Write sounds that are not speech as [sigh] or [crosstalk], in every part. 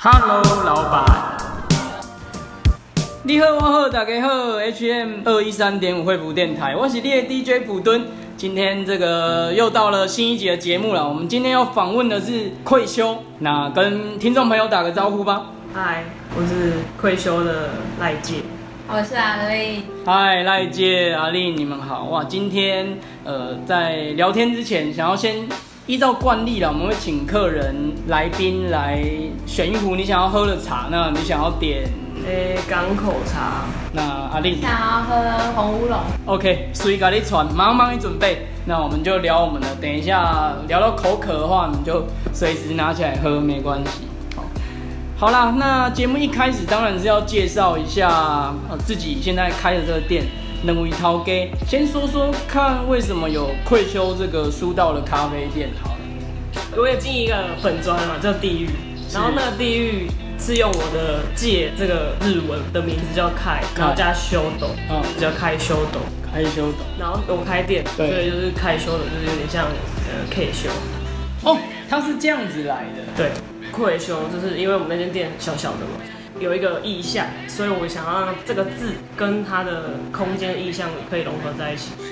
Hello，老板。你好，我好，大家好，HM 二一三点五惠福电台，我是你的 DJ 普敦。今天这个又到了新一集的节目了，我们今天要访问的是愧羞，那跟听众朋友打个招呼吧。嗨，我是愧羞的赖介。我是阿丽，嗨，赖姐、阿丽，你们好哇！今天呃，在聊天之前，想要先依照惯例啦，我们会请客人、来宾来选一壶你想要喝的茶，那你想要点？诶、港口茶，那阿丽想要喝红乌龙， ，OK，随咖喱船，马上帮你准备。那我们就聊我们的，等一下聊到口渴的话，你就随时拿起来喝，没关系。好好啦，那节目一开始当然是要介绍一下呃自己现在开的这个店“能为涛给”，先说说看为什么有愧疚这个苏道的咖啡店好了。我也进一个粉砖嘛，叫地狱。然后那个地狱是用我的“介”这个日文的名字叫开，然后加修斗，嗯叫开修斗。开修的然后我开店，所对以就是开修的，就是有点像呃 K 修。哦，它是这样子来的。对，愧羞就是因为我们那间店小小的嘛，有一个意象，所以我想要让这个字跟它的空间意象可以融合在一起。是，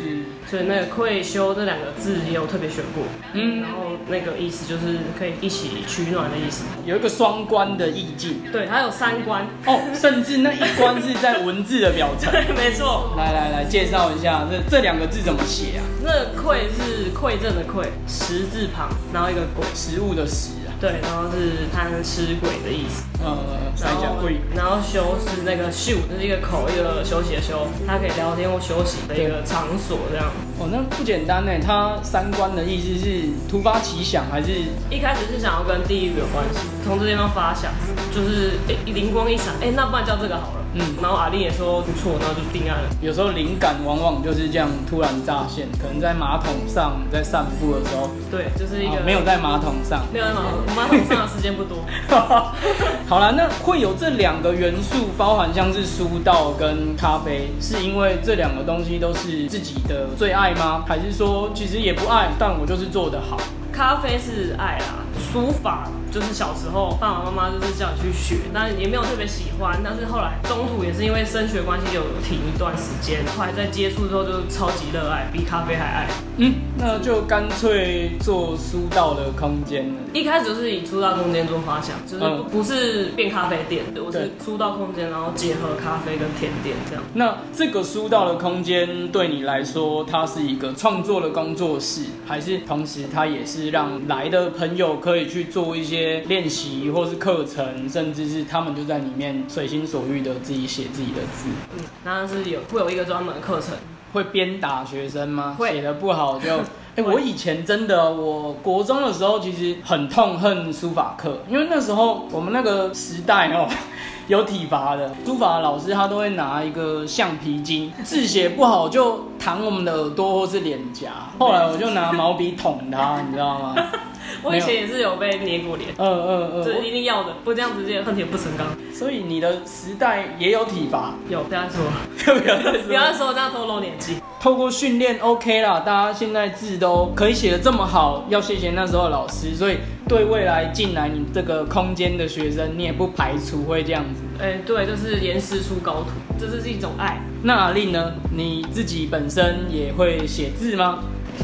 所以那个愧羞这两个字也有特别选过，嗯然，后那个意思就是可以一起取暖的意思。有一个双关的意境对，还有三关，哦，甚至那一关是在文字的表 [laughs] 层。对，没错。来来来，介绍一下这这两个字怎么写啊？那愧是馈赠的馈，十字旁，然后一个鬼，食物的食啊，对，然后是贪吃鬼的意思。呃，然来后讲贵，然后休是那个休，就是一个口一个休息的休，它可以聊天或休息的一个场所这样。哦，那不简单呢。它三观的意思是突发奇想还是一开始是想要跟地狱有关系，从这地方发想，就是诶灵光一闪，哎、那不然叫这个好了。嗯嗯，然后阿丽也说不错，然后就定案了。有时候灵感往往就是这样突然乍现，可能在马桶上在散步的时候，对，就是一个、啊没有在马桶上。 [laughs] 没有在马桶，我马桶上的时间不多。好啦，那会有这两个元素包含像是书道跟咖啡，是因为这两个东西都是自己的最爱吗？还是说其实也不爱，但我就是做得好？咖啡是爱啦，书法就是小时候爸爸妈妈就是叫你去学，但也没有特别喜欢。但是后来中途也是因为升学关系有停一段时间，后来再接触之后就超级热爱，比咖啡还爱。嗯，那就干脆做书道的空间了。一开始就是以出道空间做发想，就是嗯不是变咖啡店，我对是出道空间，然后结合咖啡跟甜点这样。那这个书道的空间对你来说，它是一个创作的工作室，还是同时它也是让来的朋友可以去做一些练习或是课程，甚至是他们就在里面随心所欲的自己写自己的字？嗯，那是有会有一个专门的课程，会鞭打学生吗？会写的不好 [laughs] 就。哎、我以前真的，我国中的时候其实很痛恨书法课，因为那时候我们那个时代哦， [laughs] 有体罚的，书法老师他都会拿一个橡皮筋，字写不好就弹我们的耳朵或是脸颊。后来我就拿毛笔捅 [laughs] 他，你知道吗？我以前也是有被捏过脸，嗯嗯这嗯。一定要的，不这样直接恨铁不成钢。所以你的时代也有 [laughs] 体罚，有，不要再说了，不要再不要再说我这样透露年纪。透过训练 OK 啦，大家现在字都可以写的这么好，要谢谢那时候的老师，所以对未来进来你这个空间的学生，你也不排除会这样子。哎、对，就是严师出高徒，这就是一种爱。那阿丽呢？你自己本身也会写字吗？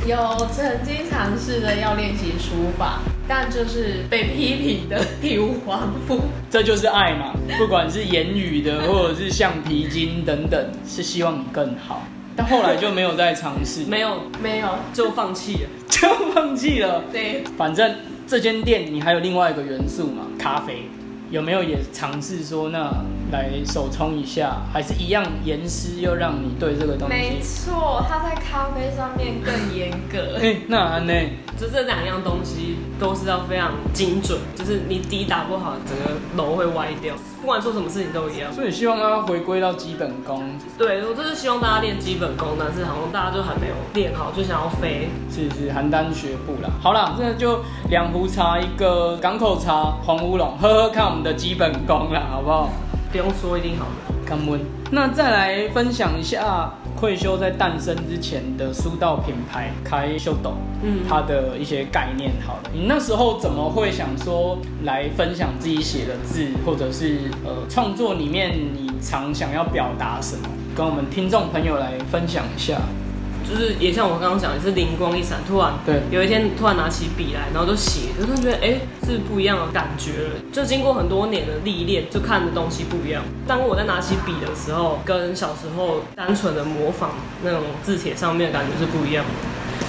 有曾经尝试着要练习书法，但就是被批评的体无完肤。这就是爱嘛，不管是言语的，或者是橡皮筋等等，是希望你更好。但后来就没有再尝试， [laughs] 没有没有，就放弃了。就放弃了。对，反正这间店你还有另外一个元素嘛，咖啡，有没有也尝试说那来手冲一下，还是一样严师又让你对这个东没西？错，他在咖啡上面更严格 [laughs] 哎、。那安呢？就这两样东西都是要非常精准，就是你底打不好，整个楼会歪掉。不管做什么事情都一样。所以希望他回归到基本功，对，我就是希望大家练基本功，但是好像大家就还没有练好，就想要飞。是是邯郸学步啦。好啦，这就两壶茶，一个港口茶，黄乌龙，喝喝看我们的基本功啦，好不好？不用说一定好的。干温。那再来分享一下愧羞在诞生之前的书道品牌开秀斗，嗯它的一些概念。好了，你那时候怎么会想说来分享自己写的字，或者是呃创作里面你常想要表达什么，跟我们听众朋友来分享一下？就是也像我刚刚讲，也是灵光一闪，突然对有一天突然拿起笔来，然后就写，就突然觉得哎、诶是不一样的感觉了。就经过很多年的历练，就看的东西不一样。当我在拿起笔的时候，跟小时候单纯的模仿那种字帖上面的感觉是不一样的。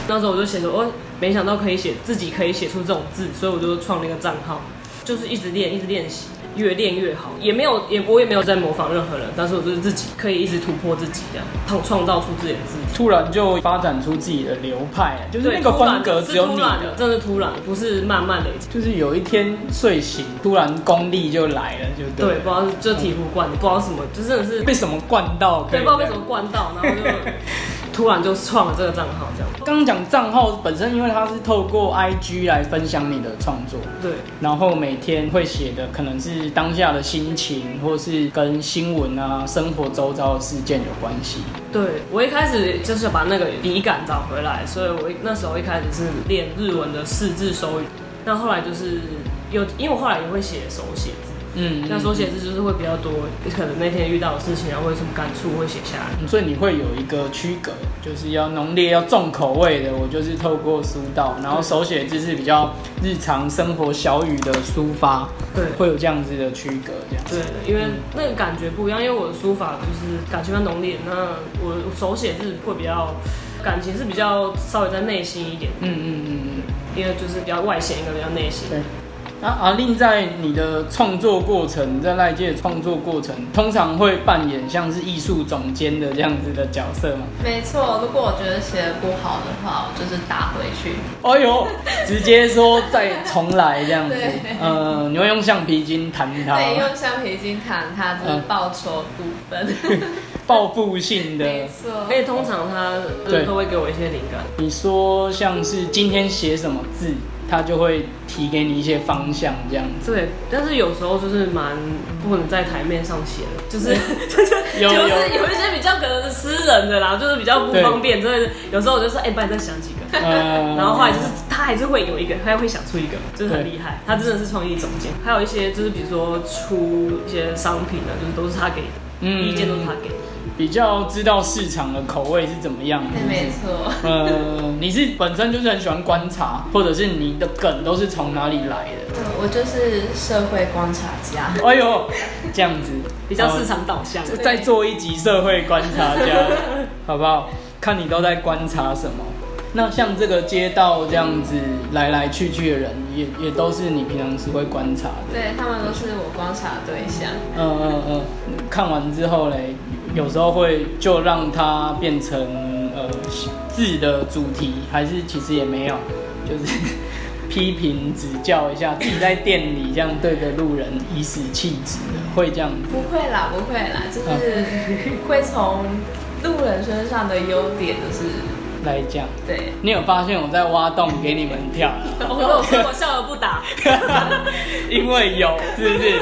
那时候我就写着，我、没想到可以写自己可以写出这种字，所以我就创了一个账号，就是一直练，一直练习，越练越好。也没有也我也没有在模仿任何人，但是我就是自己可以一直突破自己，这样创创造出自己的字体。突然就发展出自己的流派，就是对，那个突然风格只有你是突然的，的。真的是突然，不是慢慢累积。就是有一天睡醒，突然功力就来了，就对，对不知道就醍醐灌顶，不知道什么，就真的是被什么灌到，对，不知道被什么。灌到，然后就突然就创了这个账号，这样。刚刚讲账号本身，因为它是透过 IG 来分享你的创作，对，然后每天会写的可能是当下的心情，或是跟新闻啊、生活周遭的事件有关系。对我一开始就是把那个笔感找回来，所以我一那时候一开始是练日文的四字手语，那后来就是有，因为我后来也会写手写字，嗯那手写字就是会比较多，可能那天遇到的事情啊，或者什么感触会写下来。所以你会有一个区隔，就是要浓烈、要重口味的，我就是透过书道，然后手写字是比较日常生活小语的抒发，对会有这样子的区隔，这样子。对，因为那个感觉不一样，因为我的书法就是感情比较浓烈，那我手写字会比较感情是比较稍微在内心一点，嗯嗯嗯嗯。因为就是比较外显，一个比较内显。对那阿令在你的创作过程，在赖界创作过程，通常会扮演像是艺术总监的这样子的角色吗？没错，如果我觉得写的不好的话，我就是打回去。哎呦， [laughs] 直接说再重来这样子对。呃，你会用橡皮筋弹它，对，用橡皮筋弹它，就是报仇部分。报复性 [laughs] 的没。错而，且通常他呃对都会给我一些灵感，你说像是今天写什么字，他就会提给你一些方向这样 [laughs] 子。对，但是有时候就是蛮不能在台面上写的， [laughs] 就是有就有是有一些比较可能是私人的啦，就是比较不对方便，真的是有时候我就说，哎、帮你再想几个。呃然后后来就是他还是会有一个，他会想出一个，就是很厉害。他真的是创意总监，还有一些就是比如说出一些商品的，就是都是他给的，嗯意见都是他给的。比较知道市场的口味是怎么样的。对，没错。呃，你是本身就是很喜欢观察，或者是你的梗都是从哪里来的？嗯我就是社会观察家。哎呦，这样子比较市、场导向。呃再做一集社会观察家，好不好？看你都在观察什么。那像这个街道这样子来来去去的人，也也都是你平常是会观察 [laughs] 的。对他们都是我观察的对象。嗯嗯嗯，看完之后嘞，有时候会就让它变成呃字的主题，还是其实也没有，就是 [laughs] 批评指教一下自己在店里这样对着路人颐使气指的，会这样子。不会啦，不会啦，就是会从路人身上的优点，就是来讲。对。你有发现我在挖洞给你们跳 [laughs] 啊？我跟我说我笑而不答，因为有，是不是？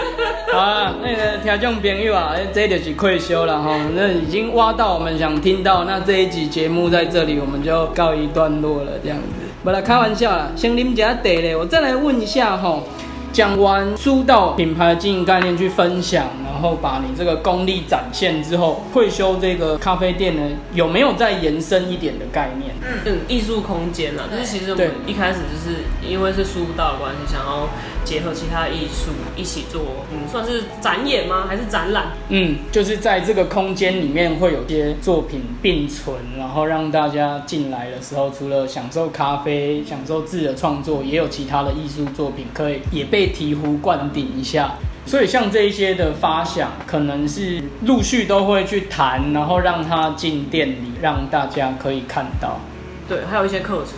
好啊，那个听众朋友啊，这就是愧羞了哈，那已经挖到我们想听到，那这一集节目在这里我们就告一段落了，这样子。不啦，开玩笑啦，先啉一下茶嘞。我再来问一下吼，讲完书到品牌经营概念去分享，然后把你这个功力展现之后，会修这个咖啡店呢，有没有再延伸一点的概念？嗯，艺术空间啦，就是其实我对们一开始就是因为是书道的关系，想要结合其他艺术一起做，嗯，算是展演吗？还是展览？嗯，就是在这个空间里面会有些作品并存，然后让大家进来的时候，除了享受咖啡、享受自己的创作，也有其他的艺术作品可以也被醍醐灌顶一下。所以像这一些的发想，可能是陆续都会去谈，然后让它进店里，让大家可以看到。对，还有一些课程。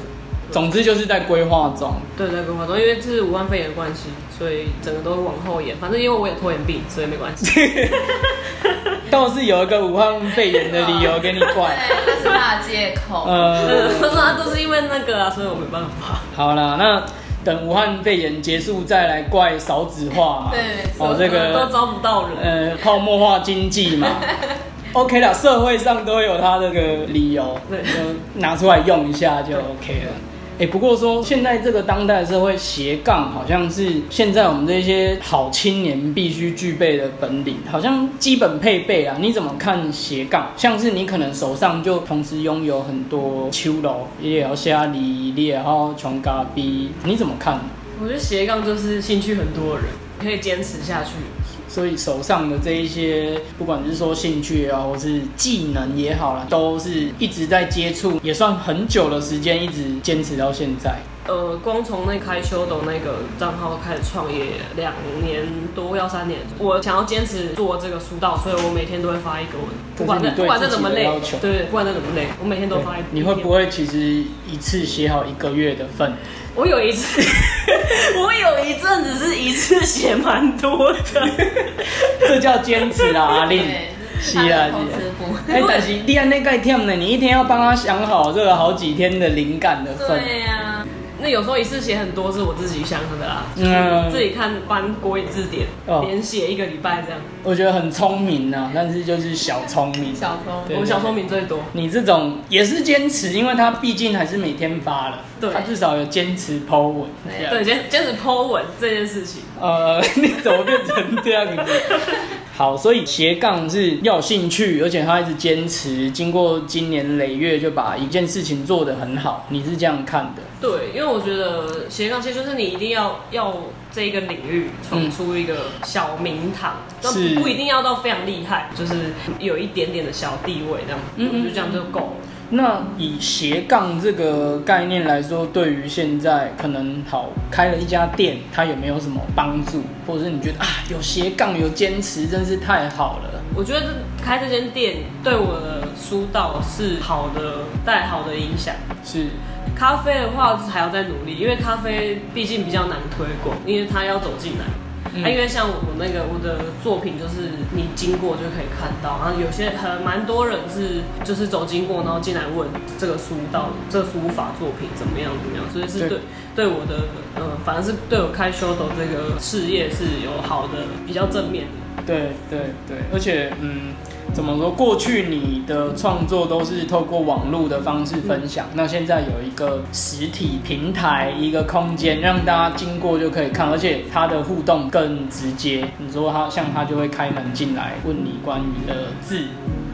总之就是在规划中。对，在规划中，因为这是武汉肺炎的关系，所以整个都往后延。反正因为我也拖延病，所以没关系。倒是有一个武汉肺炎的理由给你对 [laughs] 灌，，那是哎他的借 [laughs] 口。呃。他说他都是因为那个啊，所以我没办法。好啦，那等武汉肺炎结束再来怪少子化 [laughs] 嘛。对没错哦，这都个招不到人。 [laughs] 呃泡沫化经济嘛。 OK 啦，社会上都有他这个理由，对就拿出来用一下就 OK 了。哎、不过说现在这个当代社会斜杠，好像是现在我们这些好青年必须具备的本领，好像基本配备啊。你怎么看斜杠？像是你可能手上就同时拥有很多秋楼，也有虾梨，你也有穷咖逼，你怎么看？我觉得斜杠就是兴趣很多的人可以坚持下去。所以手上的这一些，不管是说兴趣啊，或是技能也好啦，都是一直在接触，也算很久的时间，一直坚持到现在。呃，光从那开修的那个账号开始创业两年多，要三年。我想要坚持做这个书道，所以我每天都会发一个文，不管这再是你对不管再怎么自累己的要求，对，不管再怎么累，我每天都发一对。你会不会？会其实一次写好一个月的份？我有一次， [laughs] 我有一阵子是一次写蛮多的。这叫坚持啦，阿令。是啊，投是资啊。部。哎、但是你安那盖忝呢，你一天要帮他想好这个好几天的灵感的份。对呀，那有时候一次写很多是我自己想的啦，嗯自己看翻国语字典，哦连写一个礼拜这样。我觉得很聪明呐、但是就是小聪明。小偷对我们小聪明最多。你这种也是坚持，因为他毕竟还是每天发了，对他至少有坚持 Po 文。对对，坚坚持 Po 文这件事情，呃，你怎么变成这样子？好，所以斜杠是要有兴趣，而且他一直坚持，经过经年累月就把一件事情做得很好，你是这样看的。对，因为我觉得斜杠其实就是你一定要要这一个领域闯出一个小名堂，那、是不不一定要到非常厉害，就是有一点点的小地位这样，嗯嗯嗯，就这样就够了。那以斜杠这个概念来说，对于现在可能好开了一家店，它有没有什么帮助，或者是你觉得啊，有斜杠有坚持，真是太好了？我觉得这开这间店对我的书道是好的，带来好的影响。是，咖啡的话还要再努力，因为咖啡毕竟比较难推广，因为它要走进来。嗯啊，因为像我那个我的作品，就是你经过就可以看到，然后有些很蛮多人是就是走经过，然后进来问这个书到这个书法作品怎么样怎么样，所以是对对对我的呃，反正是对我开修斗这个事业是有好的比较正面的。对对对，而且嗯，怎么说？过去你的创作都是透过网络的方式分享，那现在有一个实体平台，一个空间，让大家经过就可以看，而且它的互动更直接。你说他像他就会开门进来问你关于的字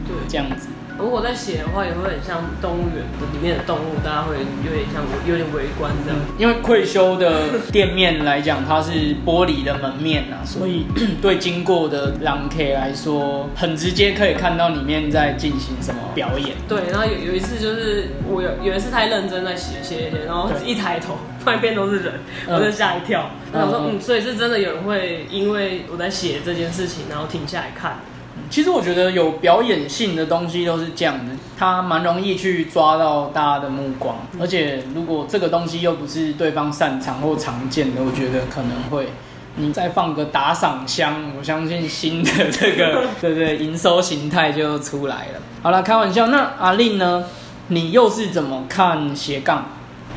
对，这样子，如果在写的话，也会很像动物园的里面的动物，大家会有点像有点围观这样。因为退休的店面来讲，它是玻璃的门面啊，所以对经过的狼 K 来说，很直接可以看到里面在进行什么表演。对，然后有有一次就是我有有一次太认真在写写写，然后对一抬头，突然变都是人，嗯我就吓一跳。然后我说嗯嗯嗯，所以是真的有人会因为我在写这件事情，然后停下来看。其实我觉得有表演性的东西都是这样子，它蛮容易去抓到大家的目光，而且如果这个东西又不是对方擅长或常见的，我觉得可能会。你再放个打赏箱，我相信新的这个对对营收形态就出来了。好了，开玩笑。那阿令呢？你又是怎么看斜杠？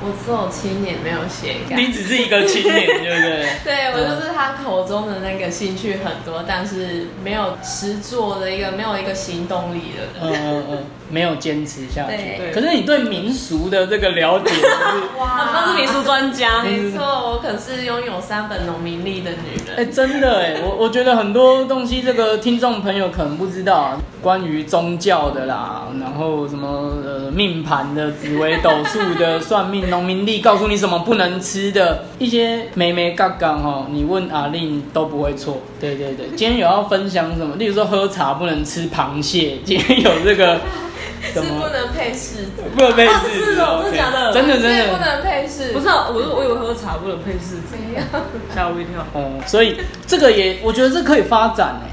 我只有七年没有斜杠。你只是一个青年，对不对？对我嗯就是他口中的那个兴趣很多，但是没有实做的一个，没有一个行动力的人。嗯嗯嗯，没有坚持下去。对可是你对民俗的这个了解是哇他是民俗专嗯家，没错，我可是拥有三本农民历的女哎、人。真的哎，我我觉得很多东西，这个听众朋友可能不知道、啊，关于宗教的啦，然后什么呃命盘的、紫微斗数的、算命、农民历，告诉你什么不能吃的一些美眉嘎嘎哈，你问阿令都不会错。对对对，今天有要分享什么？例如说喝茶不能吃螃蟹，今天有这个是什 [laughs] 不么能配柿子，不能被啊是哦真的假的真的真是不的。能配柿子，不是、啊，我说我以为喝茶不能配柿子，这样。吓我一跳。嗯，所以这个也我觉得这可以发展哎，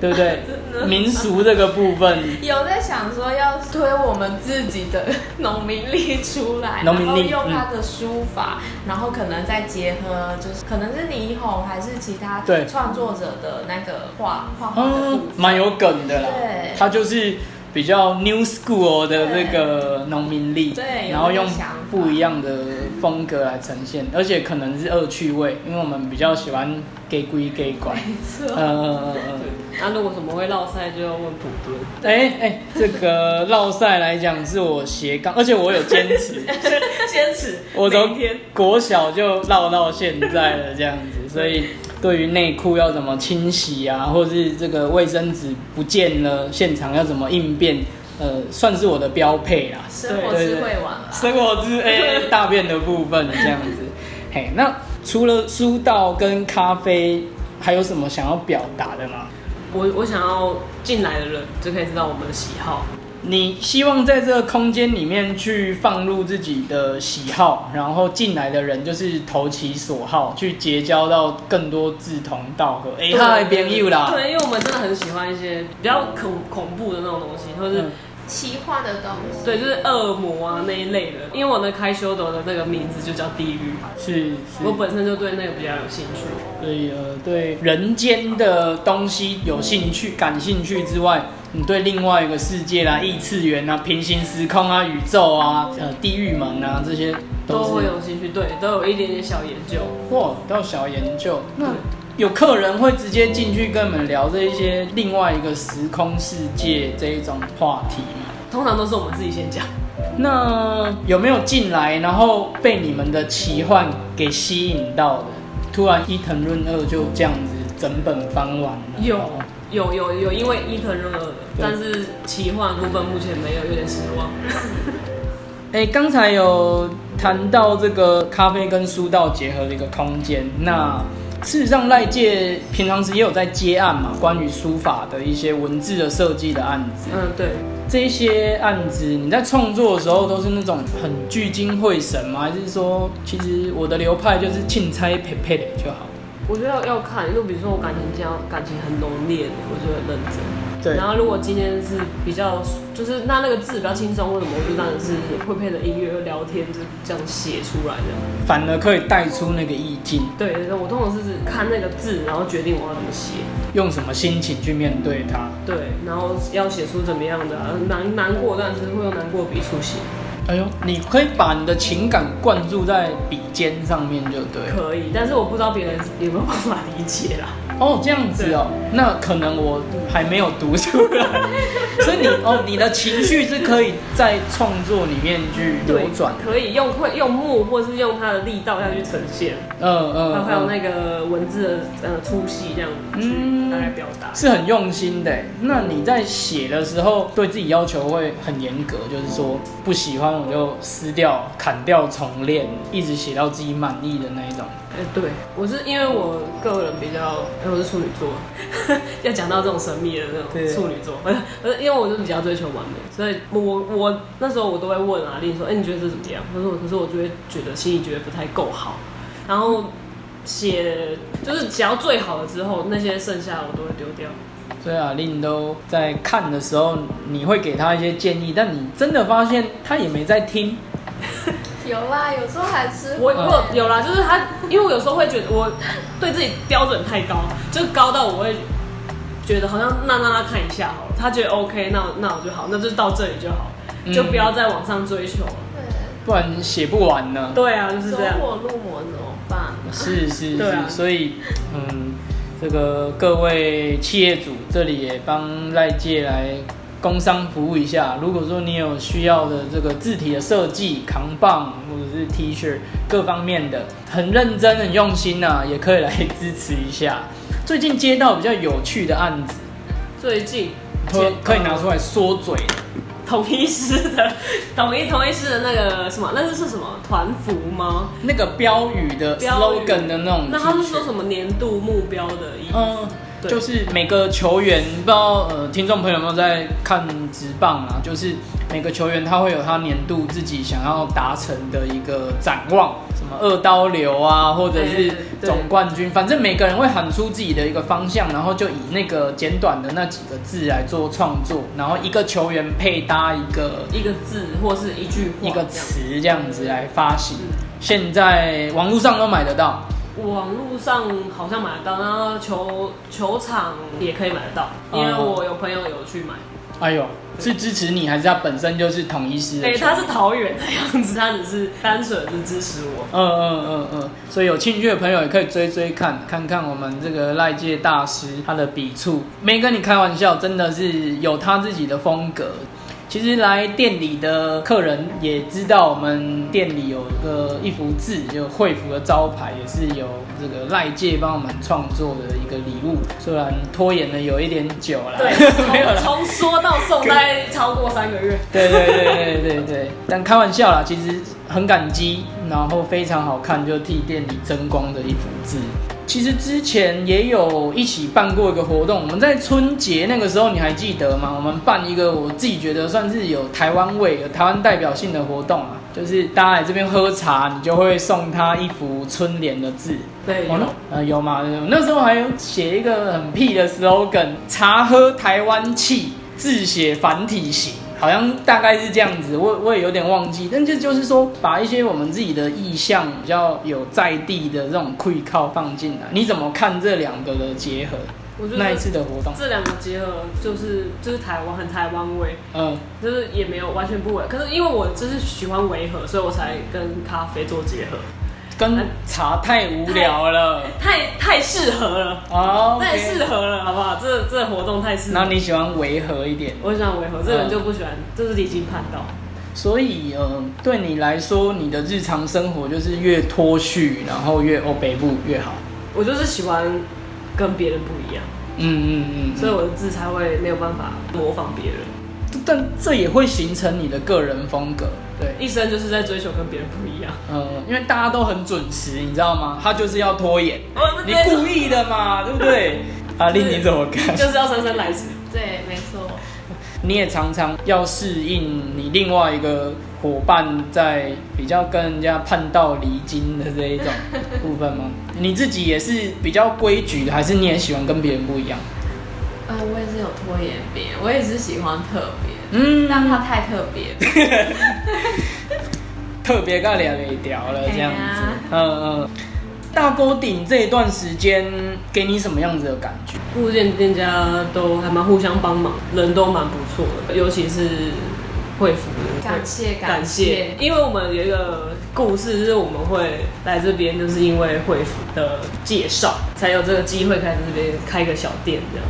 对不对？ [laughs] 真的民俗这个部分。 [laughs] [laughs] 有在想说要推我们自己的农民历出来，农民历然后用他的书法，然后可能再结合，就是可能是霓虹还是其他对创作者的那个画画画的嗯部，分蛮有梗的啦。对他就是比较 new school 的那个农民力，对有然后那个用想法不一样的风格来呈现，而且可能是恶趣味，因为我们比较喜欢给归给拐，没错。呃，那、如果什么会落赛，就要问普敦。哎哎，这个绕赛来讲是我斜杠，而且我有坚持，坚持，我每从一天国小就绕到现在了这样子，所以对于内裤要怎么清洗啊，或是这个卫生纸不见了，现场要怎么应变，呃，算是我的标配啦。生活智慧网啦，生活 [laughs] 之 A 大便的部分这样子。嘿，那除了书道跟咖啡，还有什么想要表达的吗？我我想要进来的人就可以知道我们的喜好。你希望在这个空间里面去放入自己的喜好，然后进来的人就是投其所好，去结交到更多志同道合。哎、他的朋友啦，对，因为我们真的很喜欢一些比较恐恐怖的那种东西，或是、嗯奇幻的东西。对，就是恶魔啊那一类的。因为我的开修斗的那个名字就叫地狱，是是，我本身就对那个比较有兴趣。所以呃，对人间的东西有兴趣、感兴趣之外，你对另外一个世界啦、异次元啊、平行时空啊、宇宙啊、呃地狱门啊这些都都会是有兴趣，对，都有一点点小研究。哇，都有小研究。对那有客人会直接进去跟你们聊这一些另外一个时空世界这一种话题吗？通常都是我们自己先讲，那有没有进来然后被你们的奇幻给吸引到的？突然伊藤润二就这样子整本翻完了。 [laughs] 有有有有，因为伊藤润二的，对但是奇幻部分目前没有，有点失望。哎，刚才有谈到这个咖啡跟书道结合的一个空间。那事实上，赖界平常时也有在接案嘛，关于书法的一些文字的设计的案子。嗯，对，这些案子你在创作的时候都是那种很聚精会神吗？还是说，其实我的流派就是钦差配配的就好？我觉得要要看，就比如说我感情这样，感情很浓烈的，我就很认真。对然后如果今天是比较，就是那那个字比较轻松，或者什么，我就当然是会配着音乐聊天，就这样写出来的。反而可以带出那个意境，对，对对我通常是看那个字，然后决定我要怎么写。用什么心情去面对它。对，然后要写出怎么样的、啊、难难过，但是会用难过的笔触写，哎呦，你可以把你的情感灌注在笔尖上面就对了。可以，但是我不知道别人有没有办法理解 [laughs] 啦。哦，这样子哦，那可能我还没有读出来， [laughs] 所以你哦，你的情绪是可以在创作里面去流转，可以用会用木或是用它的力道下去呈现，嗯还有嗯，还有嗯那个文字的呃粗细这样嗯去大概表达。是很用心的。欸那你在写的时候，对自己要求会很严格，就是说不喜欢我就撕掉、砍掉、重练，一直写到自己满意的那一种。哎、对我是因为我个人比较，哎、我是处女座， [laughs] 要讲到这种神秘的那对种处女座， [laughs] 我是因为我就比较追求完美，所以我我那时候我都会问阿丽说，哎、你觉得这怎么样？可是我可是我就会觉得心里觉得不太够好，然后写就是只要最好了之后，那些剩下的我都会丢掉。所以啊，令都在看的时候，你会给他一些建议，但你真的发现他也没在听，有啦，有时候还吃我会我有啦，就是他，因为我有时候会觉得我对自己标准太高，就高到我会觉得好像那那那看一下好了，他觉得 OK，那那我就好，那就到这里就好，嗯就不要再往上追求了。对不然写不完呢。对啊，就是走这样。火入魔怎么 [laughs] 办？是是是，对啊所以嗯，这个各位企业主这里也帮赖界来工商服务一下。如果说你有需要的这个字体的设计、扛棒或者是 T 恤各方面的，很认真、很用心呐、也可以来支持一下。 [laughs] 最近接到比较有趣的案子，最近呃可可以拿出来说嘴的。统一师的统一统一师的那个什么，那是是什么团服吗？那个标语的标语 slogan 的那种 T 恤，那他是说什么年度目标的衣服？嗯，对就是每个球员，不知道呃，听众朋友有没有在看职棒啊？就是每个球员他会有他年度自己想要达成的一个展望，什么二刀流啊，或者对是对对总冠军，反正每个人会喊出自己的一个方向，然后就以那个简短的那几个字来做创作，然后一个球员配搭一个一个字或是一句话，一个词这样子来发行。现在网络上都买得到，网络上好像买得到，然嗯后球球场也可以买得到，因为我有朋友有去买。哎呦，是支持你，还是他本身就是统一师的哎、球迷？他是桃园的样子，他只是单纯是支持我。嗯嗯嗯嗯，所以有兴趣的朋友也可以追追看，看看我们这个赖界大师他的笔触。没跟你开玩笑，真的是有他自己的风格。其实来店里的客人也知道，我们店里有个一幅字，就惠福的招牌，也是由这个赖界帮我们创作的一个礼物。虽然拖延了有一点久了，对，没有啦从从说到送大概超过三个月。对对对对对对，但开玩笑啦，其实很感激，然后非常好看，就替店里争光的一幅字。其实之前也有一起办过一个活动，我们在春节那个时候，你还记得吗？我们办一个我自己觉得算是有台湾味、有台湾代表性的活动啊，就是大家来这边喝茶，你就会送他一幅春联的字。对，哦，那呃有嘛？有那时候还有写一个很屁的 slogan，茶喝台湾气，字写繁体型。好像大概是这样子，我我也有点忘记，但这就是说，把一些我们自己的意向比较有在地的这种愧靠放进来。你怎么看这两个的结合？我觉那得一次的活动，这两个结合就是就是台湾很台湾味，嗯、就是也没有完全不违。可是因为我就是喜欢违和，所以我才跟咖啡做结合，跟茶太无聊了。太太适合了，哦，太适合了，好不好？这这活动太适合那。你喜欢违和一点？我喜欢违和，这个人就不喜欢，这是离经叛道。所以，呃，对你来说，你的日常生活就是越脱序，然后越欧北部越好。我就是喜欢跟别人不一样，嗯嗯嗯。所以我的字才会没有办法模仿别人。嗯但这也会形成你的个人风格。对，一生就是在追求跟别人不一样。 [laughs] 呃，因为大家都很准时，你知道吗？他就是要拖延，我你故意的嘛，对 [laughs] 不对？啊阿丽，你怎么看？就是要姗姗来迟。对，没错。你也常常要适应你另外一个伙伴在比较跟人家叛道离经的这一种部分吗？你自己也是比较规矩的，还是你也喜欢跟别人不一样？呃，我也是有拖延别人，我也是喜欢特别，嗯，但他太特 [laughs] 别了。特别尬聊给聊了这样子哎呀，嗯嗯。大沟顶这一段时间给你什么样子的感觉？物件店家都还蛮互相帮忙，人都蛮不错的，尤其是惠服的。感谢感感谢谢，，因为我们有一个故事，就是我们会来这边，就是因为惠服的介绍，才有这个机会开始这边开一个小店这样。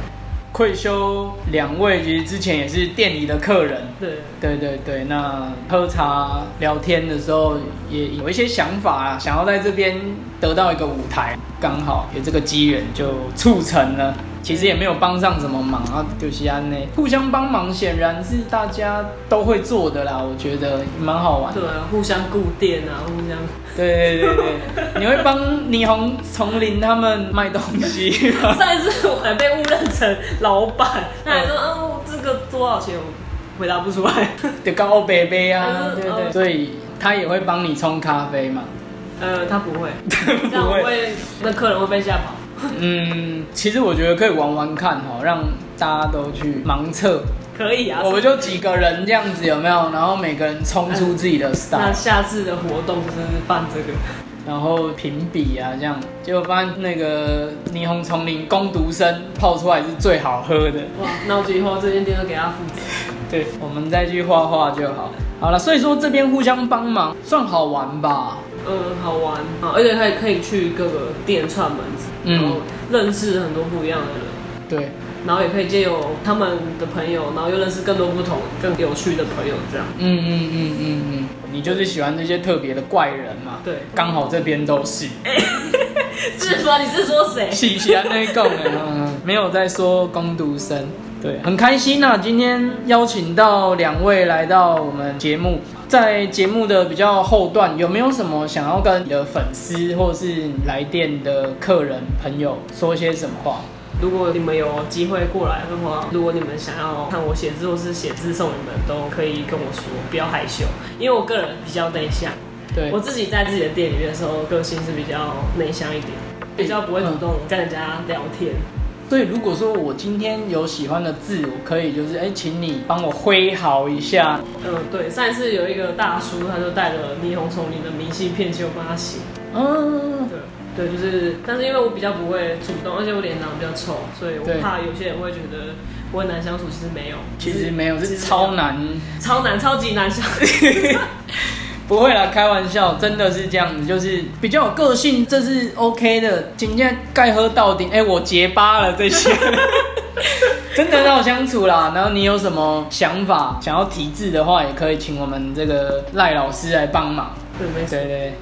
愧羞两位其实之前也是店里的客人，对，对对对，那喝茶聊天的时候也有一些想法啦，想要在这边得到一个舞台，刚好有这个机缘就促成了。其实也没有帮上什么忙啊，就是安内互相帮忙，显然是大家都会做的啦，我觉得蛮好玩的。对啊，互相顾店啊，互相对对对对，你会帮霓虹丛林他们卖东西吗？ [laughs] 上一次我还被误认成老板，他还说：“哦，这个多少钱？”我回答不出来。就告北北啊，嗯对对，嗯所以他也会帮你冲咖啡嘛。 [laughs] 呃，他不 [laughs] 会，这样不我会，会那客人会被吓跑。嗯，其实我觉得可以玩玩看哦，让大家都去盲测，可以啊，我们就几个人这样子有没有？然后每个人冲出自己的那 style，下次的活动就是办这个。然后评比啊这样，结果发现那个霓虹丛林攻读生泡出来是最好喝的。哇，那我就以后这间店都给他负责。对，我们再去画画就好。好了，所以说这边互相帮忙算好玩吧。嗯，好玩啊，而且可以可以去各个店串门子，嗯然后认识很多不一样的人，对，然后也可以借由他们的朋友，然后又认识更多不同、更有趣的朋友，这样。嗯嗯嗯嗯嗯，你就是喜欢这些特别的怪人嘛？对刚好这边都是。是吗？你是说谁？喜喜安内贡哎，嗯没有在说攻读生。对，很开心呐、今天邀请到两位来到我们节目，在节目的比较后段，有没有什么想要跟你的粉丝或是来电的客人朋友说些什么话？如果你们有机会过来的话，如果你们想要看我写字或是写字送你们，都可以跟我说，不要害羞，因为我个人比较内向，对，我自己在自己的店里面的时候，个性是比较内向一点，比较不会主动跟人家聊天。所以如果说我今天有喜欢的字，我可以就是哎、请你帮我挥毫一下。嗯，对，上一次有一个大叔，他就带了霓虹丛林的明信片，请我帮他写。嗯，对，对，就是，但是因为我比较不会主动，而且我脸长得比较丑，所以对我怕有些人会觉得我很难相处，其实没有，其实没有，就是超，难。超难，超级难相处。不会啦，开玩笑，真的是这样子，就是比较有个性，这是 OK 的。今天盖喝到顶，哎、我结巴了这些，真的很好相处啦。然后你有什么想法想要提质的话，也可以请我们这个赖老师来帮忙。对，没错对对对，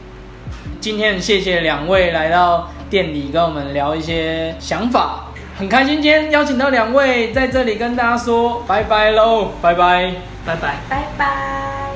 今天很谢谢两位来到店里跟我们聊一些想法，很开心今天邀请到两位在这里跟大家说拜拜喽，拜拜。拜拜。拜拜。